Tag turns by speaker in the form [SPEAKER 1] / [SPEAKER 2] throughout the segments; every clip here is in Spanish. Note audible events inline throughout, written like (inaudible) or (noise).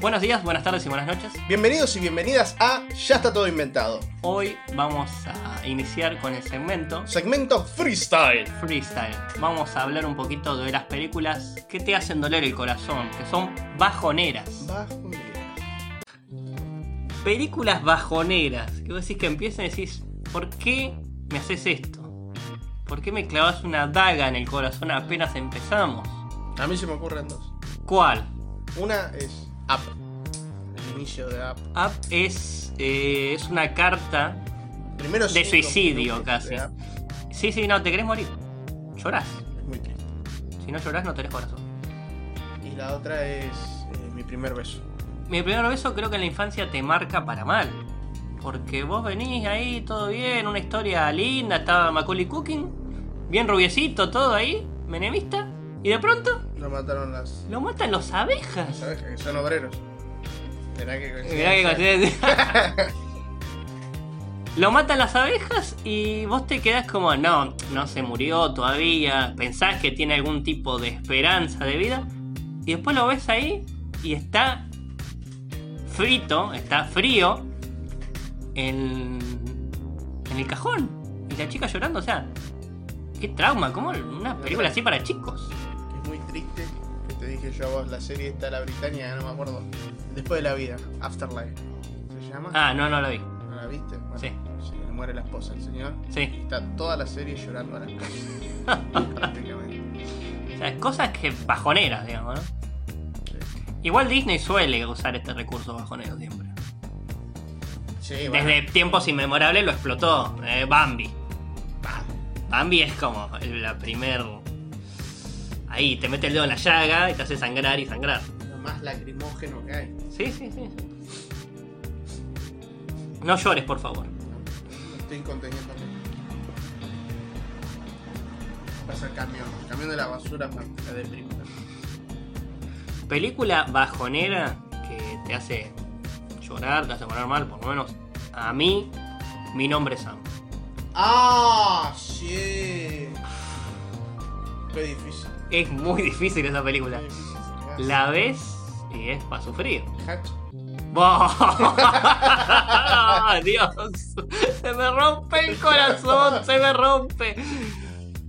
[SPEAKER 1] Buenos días, buenas tardes y buenas noches.
[SPEAKER 2] Bienvenidos y bienvenidas a Ya está todo inventado.
[SPEAKER 1] Hoy vamos a iniciar con el segmento
[SPEAKER 2] Segmento freestyle.
[SPEAKER 1] Freestyle. Vamos a hablar un poquito de las películas que te hacen doler el corazón, que son bajoneras.
[SPEAKER 2] Bajonera.
[SPEAKER 1] Películas bajoneras, que vos decís que empiezan y decís, ¿por qué me haces esto? ¿Por qué me clavas una daga en el corazón apenas empezamos?
[SPEAKER 2] A mí se me ocurren dos.
[SPEAKER 1] ¿Cuál?
[SPEAKER 2] Una es Up. El inicio de Up.
[SPEAKER 1] Up es, eh, es una carta.
[SPEAKER 2] Primero
[SPEAKER 1] De
[SPEAKER 2] cinco
[SPEAKER 1] suicidio,
[SPEAKER 2] minutos
[SPEAKER 1] casi.
[SPEAKER 2] de Up.
[SPEAKER 1] Sí, sí, no, te querés morir. Llorás.
[SPEAKER 2] Es muy triste.
[SPEAKER 1] Si no llorás, no tenés corazón.
[SPEAKER 2] Y la otra es eh, mi primer beso.
[SPEAKER 1] Mi primer beso creo que en la infancia te marca para mal. Porque vos venís ahí, todo bien, una historia linda, estaba Macaulay Cooking, bien rubiecito, todo ahí, menemista, y de pronto
[SPEAKER 2] Lo mataron las,
[SPEAKER 1] lo matan los
[SPEAKER 2] las
[SPEAKER 1] abejas.
[SPEAKER 2] abejas, que son obreros. Mirá que
[SPEAKER 1] Mirá que coincidencia. Lo matan las abejas y vos te quedás como, no, no se murió todavía, pensás que tiene algún tipo de esperanza de vida, y después lo ves ahí y está frito, está frío en, en el cajón. Y la chica llorando, o sea, qué trauma, como una película así para chicos.
[SPEAKER 2] que es muy triste. Que te dije yo a vos, la serie esta, la británica, no me acuerdo. Después de la vida, Afterlife. ¿Se llama?
[SPEAKER 1] Ah, no, no la vi.
[SPEAKER 2] ¿No la viste? Bueno,
[SPEAKER 1] Sí.
[SPEAKER 2] Se le muere la esposa al señor. Y
[SPEAKER 1] Sí.
[SPEAKER 2] está toda la serie llorando a las cosas.
[SPEAKER 1] (laughs)
[SPEAKER 2] prácticamente.
[SPEAKER 1] O sea, cosas que bajoneras, digamos, ¿no?
[SPEAKER 2] Sí.
[SPEAKER 1] Igual Disney suele usar este recurso bajonero siempre.
[SPEAKER 2] Sí, bueno.
[SPEAKER 1] Desde tiempos inmemorables lo explotó eh, Bambi.
[SPEAKER 2] Ah,
[SPEAKER 1] Bambi es como el- la primer... Ahí, te mete el dedo en la llaga y te hace sangrar y sangrar.
[SPEAKER 2] lo más lacrimógeno que hay.
[SPEAKER 1] Sí, sí, sí. No llores, por favor.
[SPEAKER 2] Estoy conteniendo. Pasa el camión. El camión de la basura para de película.
[SPEAKER 1] Película bajonera que te hace llorar, te hace poner mal, por lo menos a mí, mi nombre es Sam.
[SPEAKER 2] ¡Ah! ¡Sí! Qué difícil.
[SPEAKER 1] Es muy (laughs) difícil esa película.
[SPEAKER 2] Qué difícil se me hace.
[SPEAKER 1] La ves y es para sufrir.
[SPEAKER 2] Hatch.
[SPEAKER 1] ¡Bah! (laughs) Dios, se me rompe el corazón, se me rompe.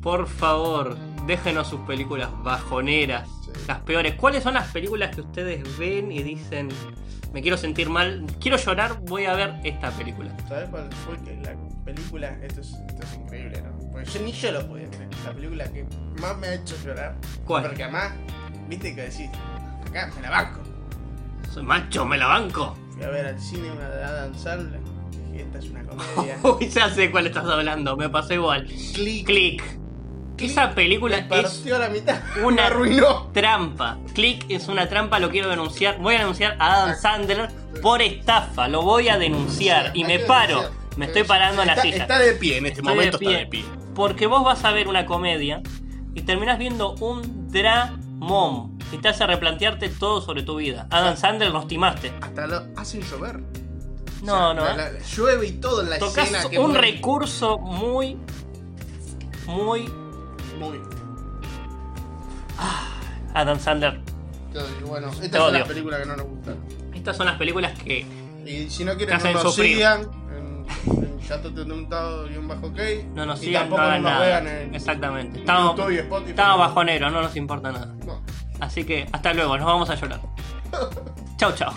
[SPEAKER 1] Por favor, déjenos sus películas bajoneras,
[SPEAKER 2] Sí.
[SPEAKER 1] las peores. ¿Cuáles son las películas que ustedes ven y dicen, me quiero sentir mal, quiero llorar, voy a ver esta película?
[SPEAKER 2] ¿Sabes cuál fue que la película? Esto es, esto es increíble, ¿no? Porque yo ni yo lo podía creer. La película que más me ha hecho llorar.
[SPEAKER 1] ¿Cuál?
[SPEAKER 2] Porque además, viste que decís, acá me la banco.
[SPEAKER 1] Soy macho, me la banco. (laughs)
[SPEAKER 2] Fui a ver al cine una de Adam Sandler. Dije, esta es una
[SPEAKER 1] (laughs)
[SPEAKER 2] comedia.
[SPEAKER 1] Uy, ya sé cuál estás hablando, me pasó igual.
[SPEAKER 2] Click.
[SPEAKER 1] Click.
[SPEAKER 2] Click.
[SPEAKER 1] Esa película es
[SPEAKER 2] Partió a la mitad. (laughs) Me
[SPEAKER 1] una
[SPEAKER 2] arruinó.
[SPEAKER 1] trampa. Click es una trampa, lo quiero denunciar. Voy a denunciar a Adam Sandler por estafa, lo voy a denunciar. Y me
[SPEAKER 2] Hay que
[SPEAKER 1] paro,
[SPEAKER 2] denunciar.
[SPEAKER 1] me estoy parando en la
[SPEAKER 2] Está-
[SPEAKER 1] silla.
[SPEAKER 2] Está de pie en este
[SPEAKER 1] Estoy
[SPEAKER 2] momento,
[SPEAKER 1] de
[SPEAKER 2] está de pie.
[SPEAKER 1] Porque vos vas a ver una comedia y terminás viendo un dramón. Y te hace replantearte todo sobre tu vida. Adam Sandler nos timaste.
[SPEAKER 2] Hasta lo hacen llover.
[SPEAKER 1] No,
[SPEAKER 2] O sea,
[SPEAKER 1] no. ¿eh?
[SPEAKER 2] la- la- llueve y todo en la
[SPEAKER 1] Tocás
[SPEAKER 2] escena. que
[SPEAKER 1] un
[SPEAKER 2] muy-
[SPEAKER 1] recurso muy. Muy.
[SPEAKER 2] Muy.
[SPEAKER 1] Adam Sandler.
[SPEAKER 2] Entonces, Bueno,
[SPEAKER 1] Te
[SPEAKER 2] esta es
[SPEAKER 1] odio.
[SPEAKER 2] la película que no nos gusta.
[SPEAKER 1] Estas son las películas que
[SPEAKER 2] Y si no
[SPEAKER 1] Te
[SPEAKER 2] quieren
[SPEAKER 1] hacen
[SPEAKER 2] que nos
[SPEAKER 1] sufrir.
[SPEAKER 2] sigan, en, en ya te tengo un tado y un bajo ok.
[SPEAKER 1] no nos
[SPEAKER 2] y
[SPEAKER 1] sigan, no
[SPEAKER 2] tampoco
[SPEAKER 1] hagan
[SPEAKER 2] nos
[SPEAKER 1] nada.
[SPEAKER 2] vean en
[SPEAKER 1] Exactamente. Estamos,
[SPEAKER 2] YouTube y Spotify.
[SPEAKER 1] estamos bajoneros, no nos importa nada.
[SPEAKER 2] No.
[SPEAKER 1] Así que hasta luego, nos vamos a llorar. Chau, chau.